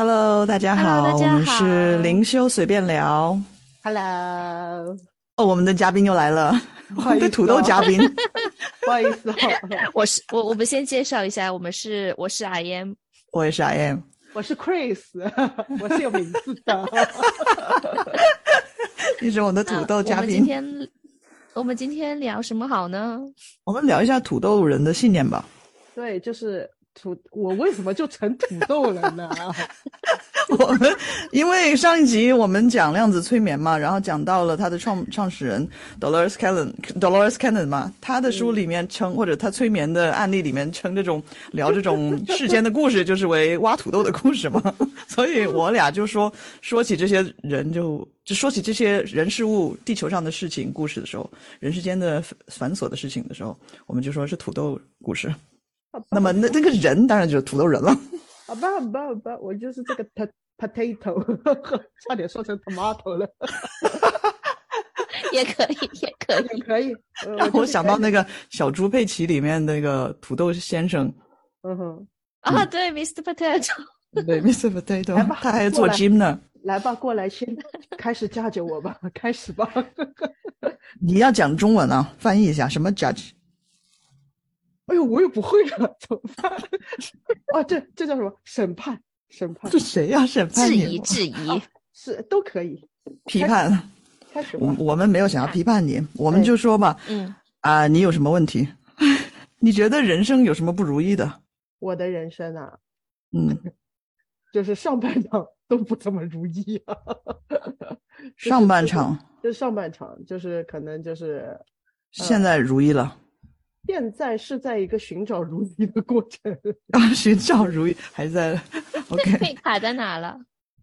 Hello，大家好 Hello，大家好我们是灵修随便聊。 Hello，哦，我们的嘉宾又来 了，我们的哦土豆嘉宾。 不好意思、哦， 我是我，我们先介绍一下，我们是我是 I M，我也是 I M。我是 Chris，我 是有名字 的。你是我们的土豆嘉啊我们今宾。天我们今天聊什么好呢？我们聊一下土豆人的信念吧。对，就是土，我为什么就成土豆了呢？ 我们因为上一集我们讲量子催眠嘛，然后讲到了他的创创始人 Dolores Cannon Dolores Cannon 嘛，他的书里面称、或者他催眠的案例里面称这种聊这种世间的故事就是为挖土豆的故事嘛， 所以我俩就说说起这些人就就说起这些人事物地球上的事情故事的时候，人世间的繁琐的事情的时候，我们就说是土豆故事。 那么那那个人当然就是土豆人了。 好吧，好吧，好吧，我就是这个 pot potato，差 点说成 tomato 了，也可以，也可以。也可以。呃让我想到，就是那个小猪佩奇里面那个土豆先生，嗯哼，啊，对，Mr. Potato，对，Mr. Potato，来吧他还过做来 gym 呢。来吧，过来先开始嫁接我吧， 开始吧。你要讲中文啊，翻译一下什么 judge？哎呦，我也不会啊，怎么办？ 哦，这这叫什么？审判，审判这谁呀、审判质你疑，？质疑，是都可以，批判？开始吧我。我们没有想要批判你，我们就说吧，嗯，啊、你有什么问题？ 你觉得人生有什么不如意的？我的人生啊，嗯，就是上半场都不怎么如意啊。 就是上半场就是上半场，就是可能就是现在如意了现在是在一个寻找如意的过程。啊， 寻找如意还在被，OK，卡在哪了？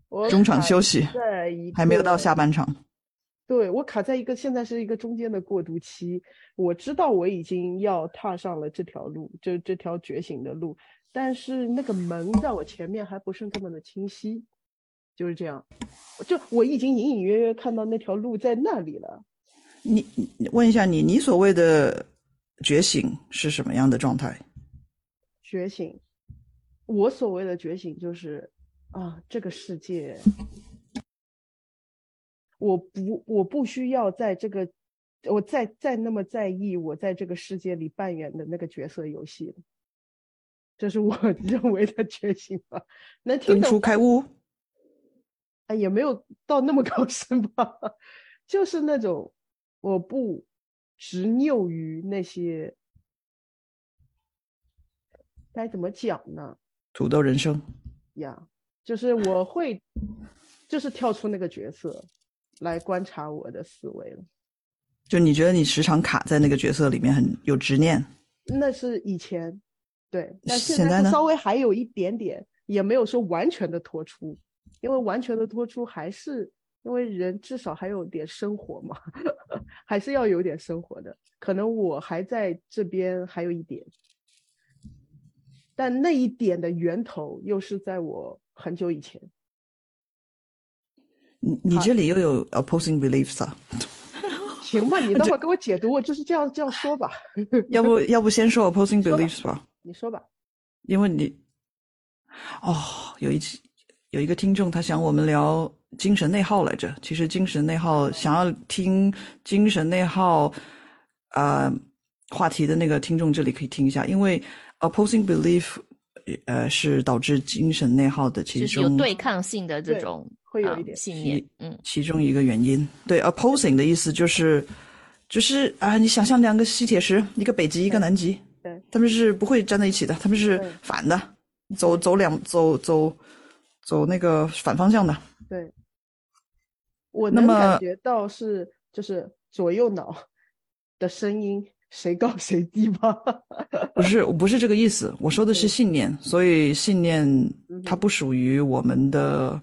我中场卡休息在一还没有到个下半场。对，我卡在一个现在是一个中间的过渡期，我知道我已经要踏上了这条路，就这条觉醒的路，但是那个门在我前面还不是那么的清晰，就是这样，就我已经隐隐约约看到那条路在那里了。你你问一下你，你所谓的觉醒是什么样的状态？觉醒，我所谓的觉醒就是啊，这个世界，我不，我不需要在这个，我再再那么在意我在这个世界里扮演的那个角色游戏了这是我 认为的觉醒吧，能听登懂出吗开悟。哎，也没有到那么高深吧， 就是那种我不执拗于那些，该怎么讲呢？土豆人生，呀，就是我会，就是跳出那个角色来观察我的思维了。就你觉得你时常卡在那个角色里面，很有执念。那是以前，对，那现现在是呢稍微还有一点点，也没有说完全的脱出，因为完全的脱出还是因为人至少还有点生活嘛， 还是要有点生活的。可能我还在这边还有一点，但那一点的源头又是在我很久以前。你你这里又有 opposing beliefs 啊？行吧，呃你待会儿给我解读，我就是这样这样说吧，要不要不先说 opposing 说吧 beliefs 吧？你说吧。因为你，哦，有一期有一个听众他想我们聊精神内耗来着。其实精神内耗想要听精神内耗，呃，话题的那个听众这里可以听一下，因为 opposing belief，呃，是导致精神内耗的其就是有中对抗性的这对种会有啊一点信念， 嗯，其中一个原因。对，opposing 的意思就是，就是啊，你想象两个吸铁石，一个北极，一个南极对，他们是不会站在一起的，他们是对反的，走走两走走走那个反方向的。对，我那能感么觉到是就是左右脑的声音，谁高谁低吧？不是，我不是这个意思，我说的嗯是信念，所以信念它不属于我们的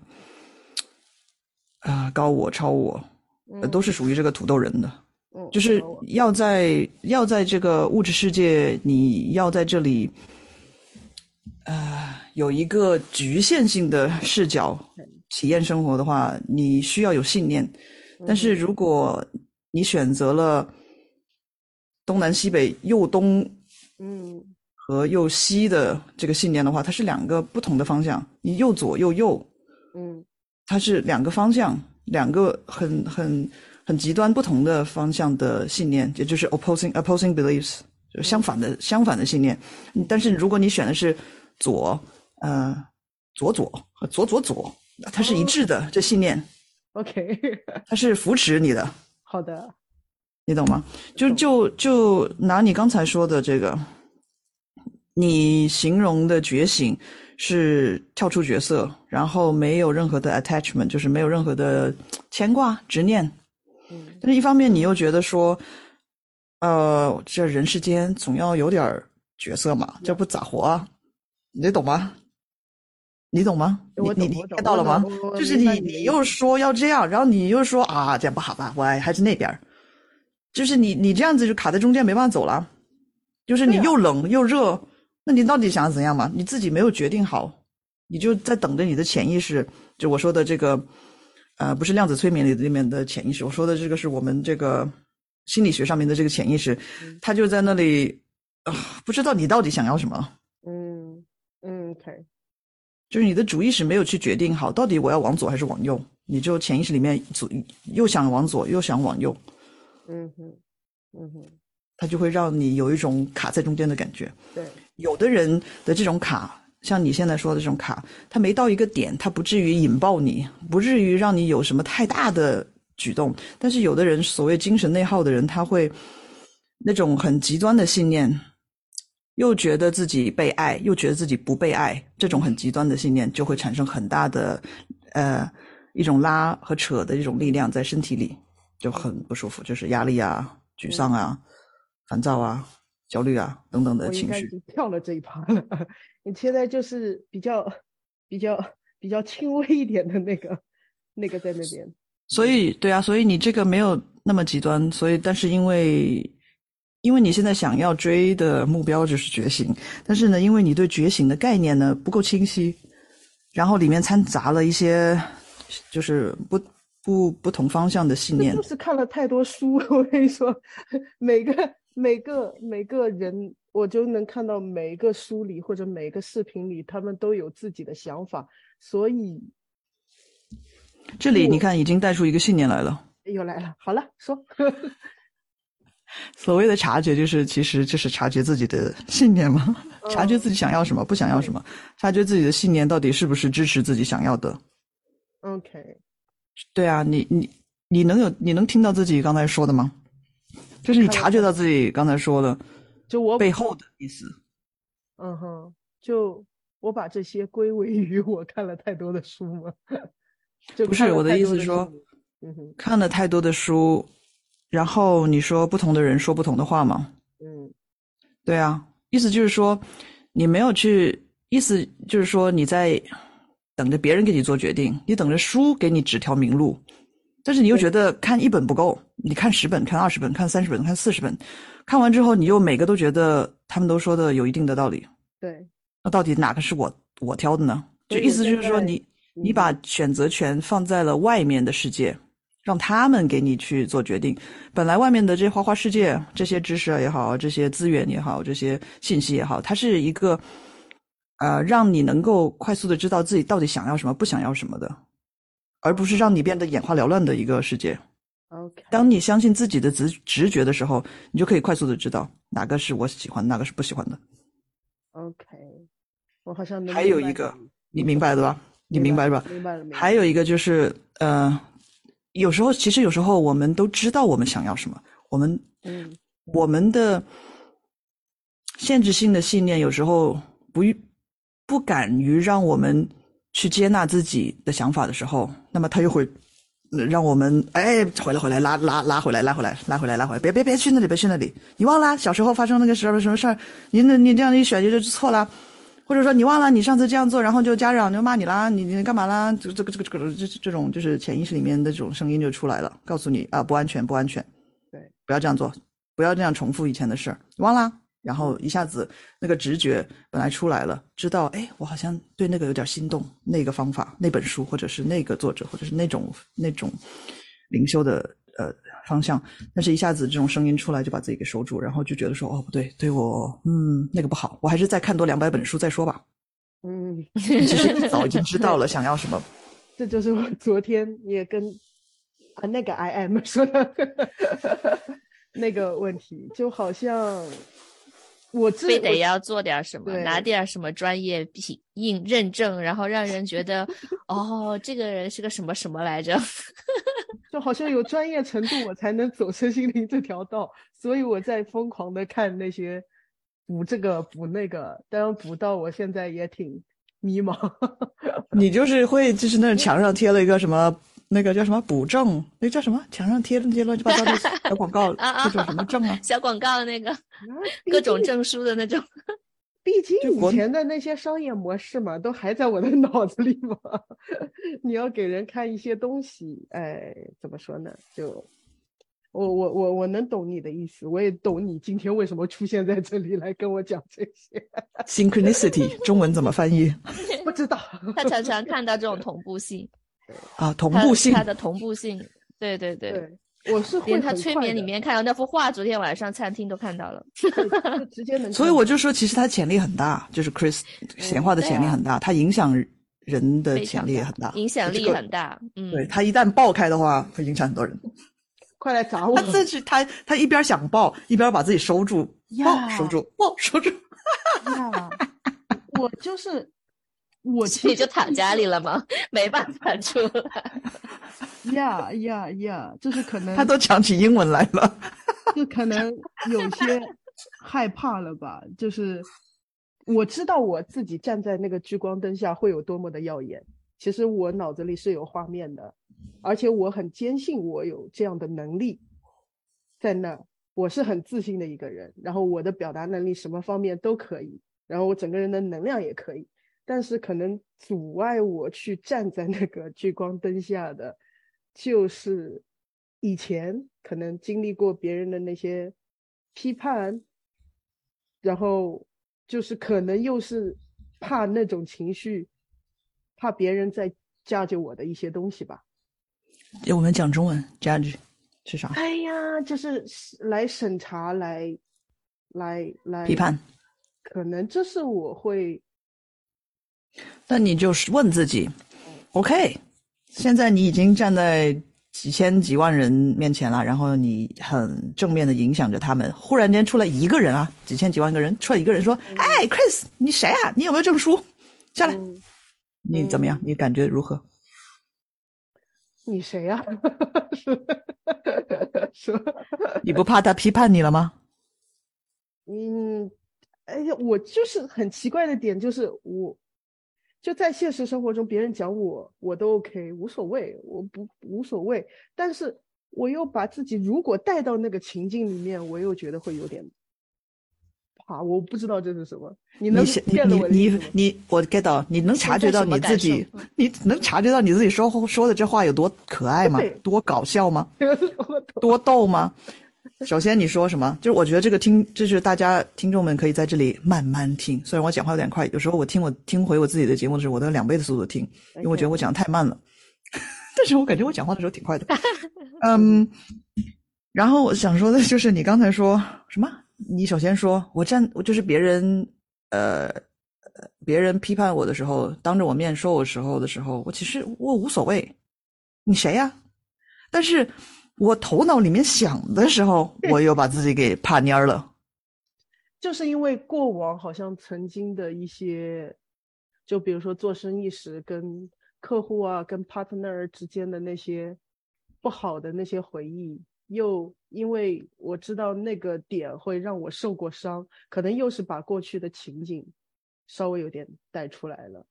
啊、高我、超我，呃都是属于这个土豆人的。 嗯就是懂我要在要在这个物质世界，你要在这里，呃，有一个局限性的视角体验生活的话，你需要有信念。但是如果你选择了东南西北右东嗯，和右西的这个信念的话，它是两个不同的方向。你右左右右，嗯它是两个方向，两个很很很极端不同的方向的信念，也就是 opposing opposing beliefs，就相反的相反的信念。嗯但是如果你选的是左，呃，左左和左左左，它是一致的，这信念，OK， 它是扶持你的，好的，你懂吗？就懂就就拿你刚才说的这个，你形容的觉醒是跳出角色，然后没有任何的 attachment，就是没有任何的牵挂、执念。嗯但是一方面你又觉得说，呃，这人世间总要有点儿角色嘛，这不咋活啊？你懂吗？你懂吗？你我你懂你我懂 get 到了我吗？懂我就是明白你你的你意又说要这样，然后你又说啊这样不好吧，我还是那边儿，就是你你这样子就卡在中间没办法走了，就是你对啊又冷又热，那你到底想怎样嘛？你自己没有决定好，你就在等着你的潜意识，就我说的这个，呃，不是量子催眠里里面的潜意识，我说的这个是我们这个心理学上面的这个潜意识，嗯他就在那里，啊、不知道你到底想要什么。嗯嗯，OK，就是你的主意识没有去决定好，到底我要往左还是往右，你就潜意识里面左又想往左又想往右，嗯哼，嗯哼，它就会让你有一种卡在中间的感觉。对，有的人的这种卡，像你现在说的这种卡，它没到一个点，它不至于引爆你，不至于让你有什么太大的举动。但是有的人，所谓精神内耗的人，他会那种很极端的信念，又觉得自己被爱，又觉得自己不被爱，这种很极端的信念就会产生很大的呃一种拉和扯的一种力量在身体里，就很不舒服，就是压力啊、沮丧啊、烦躁啊。焦虑啊，等等的我应情该绪已，经跳了这一趴了。 你现在就是比较、比较、比较轻微一点的那个、那个在那边。所以，对啊，所以你这个没有那么极端，所以但是因为，因为你现在想要追的目标就是觉醒，但是呢，因为你对觉醒的概念呢不够清晰，然后里面掺杂了一些就是不不不同方向的信这念就，是看了太多书， 我跟你说，每个每个每个人，我就能看到每一个书里或者每个视频里，他们都有自己的想法，所以这里你看已经带出一个信念来了。又来了。好了，说， 所谓的察觉，就是其实就是察觉自己的 信念嘛，察觉自己想要什么，不想要什么，察觉自己的信念到底是不是支持自己想要的。 OK，对啊，你你你能有你能听到自己刚才说的吗？就是你察觉到自己刚才说的就我背后的意思。嗯哼，就我把这些归为于我看了太多的书嘛，就不看是了我的太意多思的说书，嗯哼，看了太多的书，然后你说不同的人说不同的话嘛？嗯对啊，意思就是说你没有去，意思就是说你在等着别人给你做决定，你等着书给你指条明路，但是你又对觉得看一本不够，你看十本、看二十本、看三十本、看四十本，看完之后你又每个都觉得他们都说的有一定的道理。对，那到底哪个是我我挑的呢？就所以意思现就是说在你，你嗯把选择权放在了外面的世界，让他们给你去做决定。本来外面的这花花世界，这些知识也好，这些资源也好，这些信息也好，它是一个呃，让你能够快速的知道自己到底想要什么，不想要什么的，而不是让你变得眼花缭乱的一个世界。 OK，当你相信自己的直直觉的时候，你就可以快速的知道哪个是我喜欢，哪个是不喜欢的。 OK，我好像能还明有白一个你，你明白的吧？你明白吧？明白了，明白还了有一个就是，呃，有时候其实有时候我们都知道我们想要什么，我们嗯我们的限制性的信念有时候不于不敢于让我们去接纳自己的想法的时候，那么他又会呃让我们哎回来回来拉拉拉回来拉回来拉回来拉回来，别别别去那里别去那里，你忘了小时候发生那个什么什么事儿，你那你这样一选就就错了。或者说你忘了你上次这样做，然后就家长就骂你啦，你你干嘛啦？这这个这个这个这这种就是潜意识里面的这种声音就出来了，告诉你啊不安全不安全，对，不要这样做，不要这样重复以前的事儿，忘啦。然后一下子那个直觉本来出来了，知道哎，我好像对那个有点心动，那个方法、那本书，或者是那个作者，或者是那种那种灵修的呃方向，但是一下子这种声音出来就把自己给收住，然后就觉得说哦不对，对我嗯那个不好，我还是再看多两百本书再说吧。 嗯，其实早已经知道了想要什么。这就是我昨天也跟啊那个 I M 说的那个问题，就好像我这非我得要做点什么，对拿点什么专业品印认证，然后让人觉 得哦，这个人是个什么什么来着？ 就好像有专业程度，我才能走身心灵这条道，所以我在疯狂的看那些补这个补那个，当然补到我现在也挺迷茫。 你就是会就是那墙上贴了一个什么那个叫什么补证，那叫什么墙上贴了一些乱七八糟的小广告，啊啊这种什么证啊？小广告那 个啊各毕种竟证书的那种，毕竟就国以前的那些商业模式嘛，都还在我的 脑子里嘛。你要给人看一些东西，哎，怎么说呢？就我我我我能懂你的意思，我也懂你今天为什么出现在这里来跟我讲这些。 Synchronicity 中文怎么翻译不知道，他常常看到这种同步性，啊？同他步性他的同步性，对对对。对，我是会连他很催快眠里的面看到那幅画，昨天晚上餐厅都看到了。对就直接能看到。 所以我就说，其实他潜力很大，就是 Chris 闲话的潜力很大，他影响人的啊非潜常力也大很大，影响这力个很大。嗯，对他一旦爆开的话，会影响很多人。快来砸我他！自己他他一边想爆，一边把自己收住，爆呀收住，爆收住。呀我就是我，所以就躺家里了嘛， 没办法出来。呀呀呀，就是可能他都讲起英文来了。就 可能有些害怕了吧，就是我知道我自己站在那个聚光灯下会有多么的耀眼，其实我脑子里是有画面的，而且我很坚信我有这样的能力，在那儿我是很自信的一个人，然后我的表达能力什么方面都可以，然后我整个人的能量也可以，但是可能阻碍我去站在那个聚光灯下的，就是以前可能经历过别人的那些批判，然后就是可能又是怕那种情绪，怕别人在架着我的一些东西吧。我们讲中文，judge 是啥？哎呀，就是来审查，来来来批判，。可能这是我会但你就是问自己，OK，现在你已经站在几千几万人面前了，然后你很正面的影响着他们。忽然间出来一个人啊，几千几万个人，出来一个人说：“哎，Chris，你谁啊？你有没有证书？下来，嗯你怎么样？你感觉如 何？”你谁呀、 是吧？你不怕他批判你了吗？嗯，哎呀，我就是很奇怪的点，就是我就在现实生活中，别人讲我我都 OK，无所谓，我不无所谓。但是我又把自己如果带到那个情境里面，我又觉得会有点怕，我不知道这是什么。你能你想你变了我的你意思你吗你，我 get 到，你 能察觉到你自己现在什么，你能察觉到你自己说说的这话有多可爱吗对？多搞笑吗？ 我懂 多逗吗？首先你说什么？就是我觉得这个听，就是大家听众们可以在这里慢慢听。虽然我讲话有点快，有时候我听我听回我自己的节目的时候，我都要两倍的速度听，因为我觉得我讲得太慢 了。但是我感觉我讲话的时候挺快的。嗯，然后我想说的就是你刚才说什么？你首先说我站，我就是别人呃，呃别人批判我的时候，当着我面说我时候的时候，我其实我无所谓，你谁呀、但是我头脑里面想的时 候，我又把自己给怕蔫儿了。就是因为过往好像曾经的一些，就比如说做生意时跟客户啊、跟 partner 之间的那些不好的那些回忆，又因为我知道那个点会让我受过伤，可能又是把过去的情景稍微有点带出来了，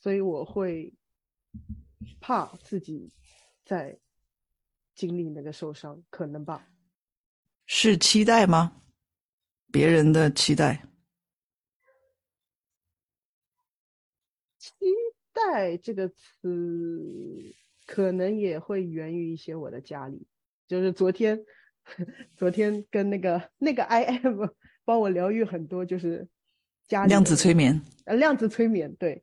所以我会怕自己在经历那个受伤，可能吧。是期待吗？别人的期待，期待这个词，可能也会源于一些我的家里。就是昨天， 昨天跟那个那个 I M 帮我疗愈很多，就是家里量的子催眠。呃量子催眠，对，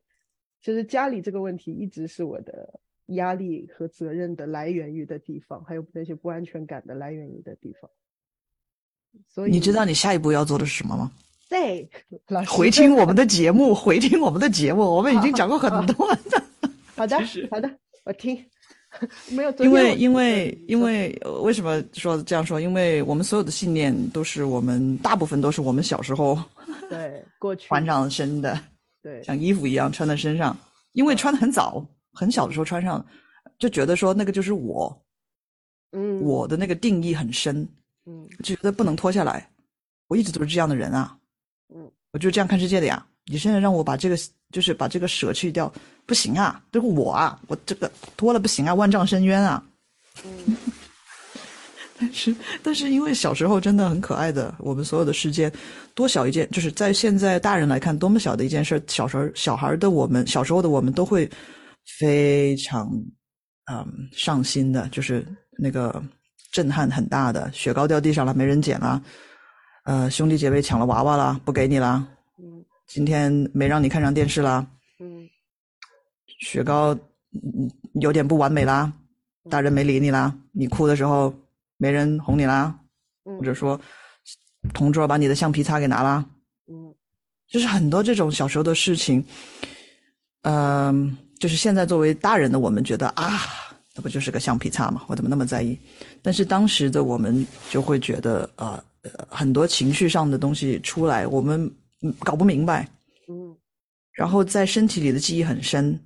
其实家里这个问题一直是我的压力和责任的来源于的地方，还有那些不安全感的来源于的地方。所以你知道你下一步要做的是什么吗？对 老师回听我们的节 目，回听我们的节目，我们已经讲过很多 了。好的其实好的，我听 没有昨因天为我嗯因为因为呃为什么说这样说？因为我们所有的信念都是我们大部分都是我们小时候对过去穿上身的，对像衣服一样穿在身上，因为穿的很早，很小的时候穿上，就觉得说那个就是我，嗯我的那个定义很深，嗯就觉得不能脱下来。我一直都是这样的人啊，嗯，我就这样看世界的呀。你现在让我把这个，就是把这个舍去掉，不行啊，这个我啊，我这个脱了不行啊，万丈深渊啊。嗯但是，但是因为小时候真的很可爱的，我们所有的事件，多小一件，就是在现在大人来看，多么小的一件事儿，小时候小孩儿的我们，小时候的我们都会非常嗯上心的，就是那个震撼很大的，雪糕掉地上了，没人捡啦，呃，兄弟姐妹抢了娃娃啦，不给你啦，嗯今天没让你看上电视啦，嗯雪糕嗯有点不完美啦，大人没理你啦，你哭的时候没人哄你啦，嗯，或者说同桌把你的橡皮擦给拿啦，嗯就是很多这种小时候的事情，嗯、就是现在作为大人的我们觉得啊，那不就是个橡皮擦嘛，我怎么那么在意？但是当时的我们就会觉得啊、呃，很多情绪上的东西出来，我们嗯搞不明白，嗯然后在身体里的记忆很深，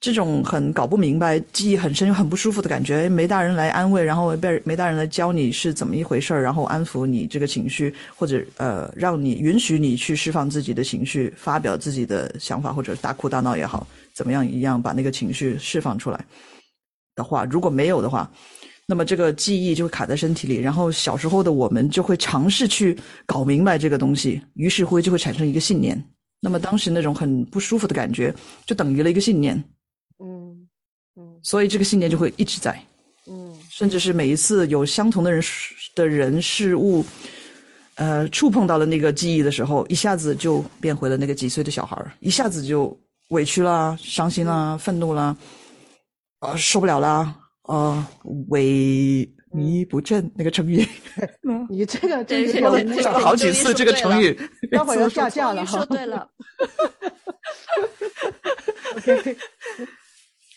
这种很搞不明白、记忆很深又很不舒服的感觉，没大人来安慰，然后被没大人来教你是怎么一回事儿，然后安抚你这个情绪，或者呃让你允许你去释放自己的情绪，发表自己的想法，或者大哭大闹也好，怎么样一样把那个情绪释放出来的话，如果没有的话。那么这个记忆就会卡在身体里，然后小时候的我们就会尝试去搞明白这个东西，于是乎就会产生一个信念，那么当时那种很不舒服的感觉，就等于了一个信念，嗯嗯所以这个信念就会一直在，嗯甚至是每一次有相同的人的人事物，呃，触碰到了那个记忆的时候，一下子就变回了那个几岁的小孩儿，一下子就委屈啦、伤心啦、愤怒啦，啊、受不了啦，呃，萎靡不振那个成语，你哦这个对真是对要对命这讲个了好几次这个成语，待会儿说要 下架了说哈。对了， OK，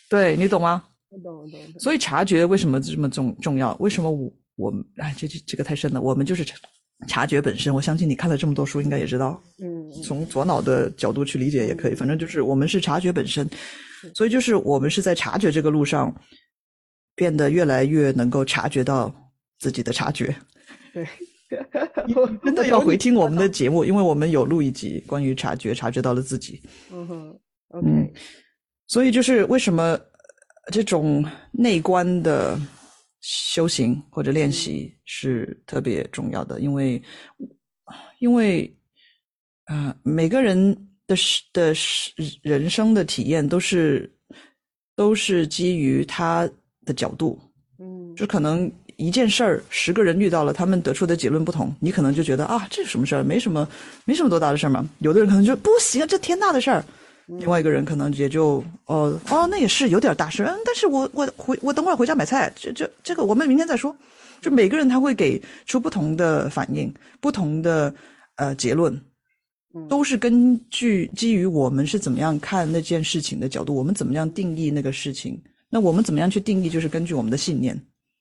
对你懂吗？我懂我懂我懂。所以察觉为什么这么重重要？为什么我我们哎，这这这个太深了。我们就是察察觉本身。我相信你看了这么多书，应该也知道，嗯嗯从左脑的角度去理解也可以。反正就是我们是察觉本身，所以就是我们是在察觉这个路上，变得越来越能够察觉到自己的察觉。对， 真的要回听我们的节目，因为我们有录一集关于察觉，察觉到了自己。嗯哼嗯，OK，所以就是为什么呃这种内观的修行或者练习是特别重要的，因为因为啊、呃每个人的是的是人生的体验都是都是基于他的角度，嗯就可能一件事儿，十个人遇到了，他们得出的结论不同，你可能就觉得啊，这是什么事儿，没什么，没什么多大的事儿嘛。有的人可能就不行，这天大的事儿。另外一个人可能也就哦哦，那也是有点大事，嗯，但是我我回我等会儿回家买菜，这这这个我们明天再说。就每个人他会给出不同的反应，不同的呃结论，都是根据基于我们是怎么样看那件事情的角度，我们怎么样定义那个事情，那我们怎么样去定义，就是根据我们的信念。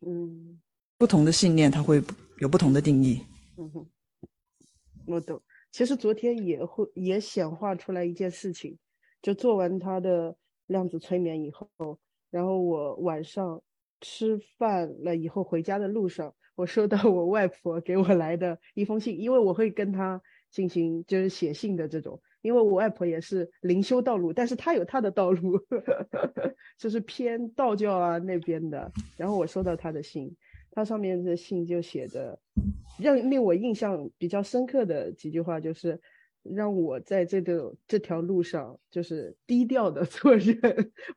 嗯不同的信念，它会有不同的定义。嗯哼，我懂。其实昨天也会也显化出来一件事情，就做完他的量子催眠以后，然后我晚上吃饭了以后回家的路上，我收到我外婆给我来的一封信，因为我会跟她进行就是写信的这种，因为我外婆也是灵修道路，但是她有她的道路， 就是偏道教啊那边的。然后我收到她的信，她上面的信就写着，让令我印象比较深刻的几句话就是。让我在这个这条路上，就是低调的 做人，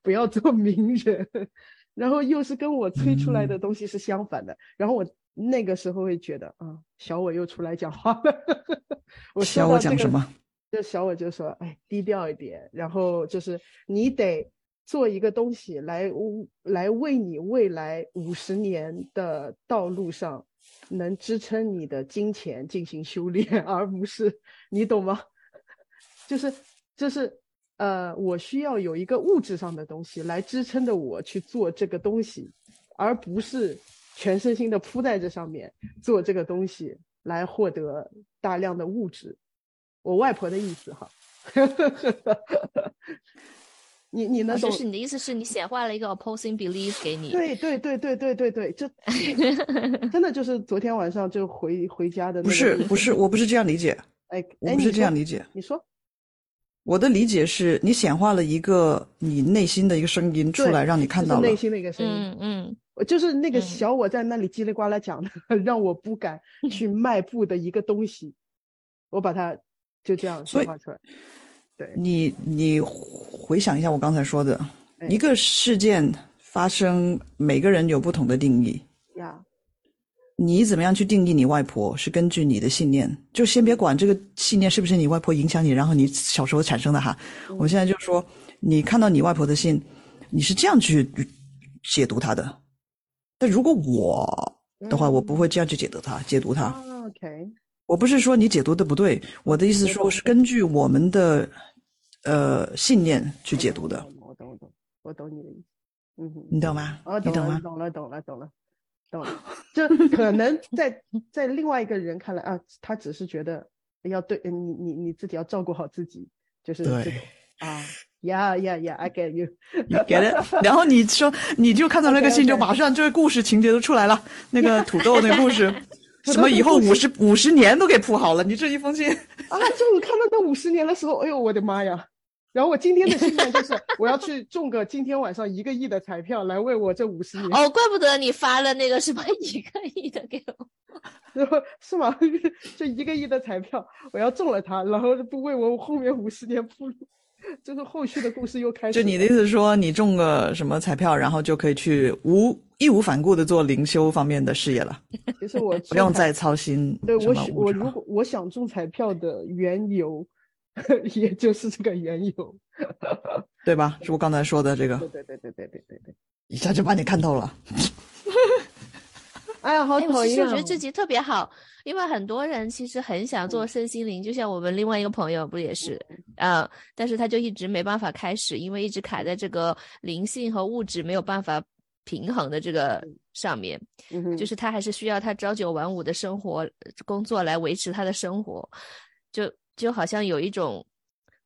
不要做名人。然后又是跟我吹出嗯来的东西是相反的，然后我那个时候会觉得啊，小我又出来讲话了。 我收小我到讲这什个么？就小我就说，哎，低调一点，然后就是你得做一个东西来来为你未来五十年的道路上能支撑你的金钱进行修炼， 而不是你懂吗？就是就是呃，我需要有一个物质上的东西来支撑着我去做这个东西，而不是全身心的扑在这上面做这个东西来获得大量的物质。我外婆的意思哈。 你你能哦懂？就是你的意思是你显化了一个 opposing belief 给你，对对对对对对对，这 真的就是昨天晚上就回回家的那不个是路不是，我不是这样理解，哎我哎不你是这样说理解。你说我的理解是你显化了一个你内心的一个声音出对来，让你看就是到了内。心的一个声音，嗯嗯，我就是那个嗯小我在那里叽里呱啦讲的， 让我 不敢去迈步的一个东西，我把它就这样所显以化出来。对，你你回想一下我刚才说的哎，一个事件发生，每个人有不同的定义。呀，你怎么样去定义你外婆，是根据你的信念。就先别管这个信念是不是你外婆影响你，然后你小时候产生的哈。嗯我们现在就说，你看到你外婆的信，你是这样去解读她的。但如果我嗯的话，我不会这样去解读它，解读它。啊，OK，我不是说你解读的不对，我的意思我是懂说，是根据我们的呃信念去解读的，我懂，我懂，我懂，我懂你的意思。嗯哼。你懂吗？哦，你懂懂了，吗？懂了，懂了，懂了，懂了。这可能在在另外一个人看来啊，他只是觉得要对你你你自己要照顾好自己，就是对这种啊，Yeah Yeah Yeah，I get you。你给的， 然后你说，你就看到那个 OK，OK 信，就马上这个故事情节都出来了。那个土豆那个故 事，土豆什么以后那个五故事十五十年都给铺好了。你这一封信，啊，就我看到那五十年的时候，哎呦我的妈呀！然后我今天的心愿就是 我要去中个今天晚上一个亿的彩票来为我这五十年，哦，怪不得你发了那个什么 一个亿的给我， 然后是吗？这一个亿的彩票我要中了它，然后不为我后面五十年铺路，就是后续的故事又开始就了。你的意思说，你中个什么彩票，然后就可以去无义无反顾的做灵修方面的事业了，其实我不用再。再操心对什我么喜物我质如了果我想中彩票的缘由， 也就是这个缘由。对吧？是我啊刚才说的这个对，对对对对对对对。一下就把你看透了。哎呀，好哎，讨我其实厌、我觉得这集特别好，因为很多人其实很想嗯做身心灵，就像我们另外一个朋友不也是，啊，但是他就一直没办法开始，因为一直卡在这个灵性和物质没有办法平衡的这个上面，嗯就是他还是需要他朝九晚五的生活呃工作来维持他的生活，就就好像有一种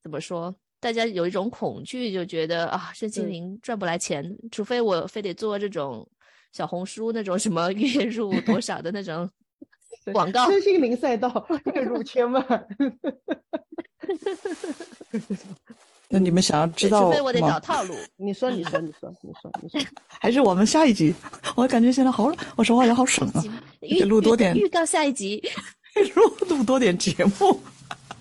怎么说，大家有一种恐惧，就觉得啊，身心对灵赚不来钱，除非我非得做这种小红书那种什么 月入多少的那种对广告，身心灵赛道月入千万。那你们想要知对道除非我得吗找套路。你说，你说，你说，你说，你说，还是我们下一集？ 我感觉现在好，我说话也好省 啊， 预录多预点预告下一集，录录多点节目。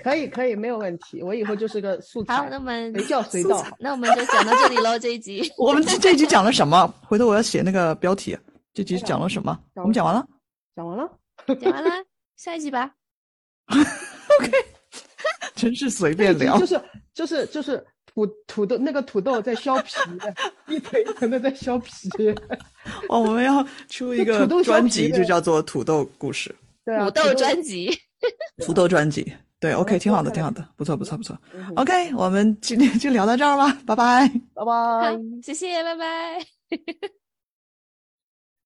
可以，可以，没有问题。我以后就是个素好，材那，么 随叫随到。那我们就讲到这里喽，这一集。我们这这一集讲了什么？ 回头我要写那个标题。这集讲了什么？我们讲完了。嗯讲完了，讲完了，下一集吧。真是随这一便集聊哎就。是就是就是土土豆那个土豆在削皮 的，一腿一腿的在削 皮。哦，我们要出一土个豆专削辑，皮的就叫做《土豆故事 对啊，土豆专辑，》，土豆专辑。对好，OK，挺好的，多看挺了好的，不错，不错，不错。嗯哼 OK，我们今天就聊到这儿吧，拜拜。好拜拜。，谢谢，拜拜。